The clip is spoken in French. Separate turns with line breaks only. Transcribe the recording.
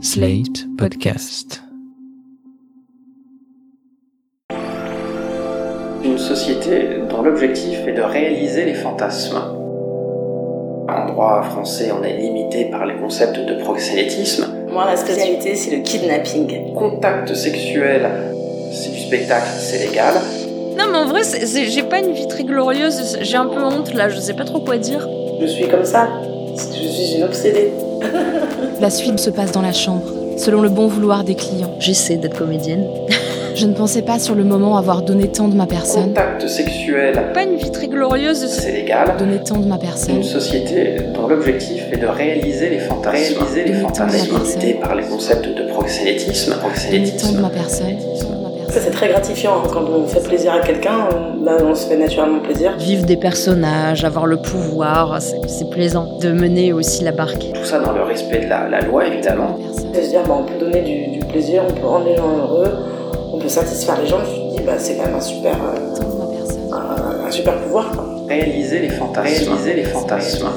Slate Podcast.
Une société dont l'objectif est de réaliser les fantasmes. En droit français, on est limité par les concepts de proxénétisme.
Moi, la spécialité, c'est le kidnapping.
Contact sexuel, c'est du spectacle, c'est légal.
Non, mais en vrai, c'est- c'est- j'ai pas une vie très glorieuse. J'ai un peu honte là, je sais pas trop quoi dire.
Je suis comme ça. Je suis une obsédée.
La suite se passe dans la chambre, selon le bon vouloir des clients.
J'essaie d'être comédienne.
Je ne pensais pas sur le moment avoir donné tant de ma personne.
Contact sexuel,
Pas une vie très glorieuse.
c'est légal.
Donner tant de ma personne.
Une société dont l'objectif est de réaliser les fantasmes. Réaliser les
Limité par les
fantasmes. Limité
concepts.
par les concepts de proxénétisme.
Donner tant de
Proxénétisme.
ma personne. Tant de ma personne.
Ça, c'est très gratifiant. hein. Quand on fait plaisir à quelqu'un, on- bah, on se fait naturellement plaisir.
vivre des personnages, avoir le pouvoir, c'est c'est plaisant de mener aussi la barque.
Tout ça dans le respect de la- la loi, évidemment.
Tant de ma personne.
De se dire, bah, on peut donner du, du plaisir, on peut rendre les gens heureux, on peut satisfaire les gens. Je me dis, bah, c'est quand même un super, euh,
Tant de ma personne.
un, un super pouvoir. quoi.
Réaliser les fantasmes. Réaliser les fantasmes.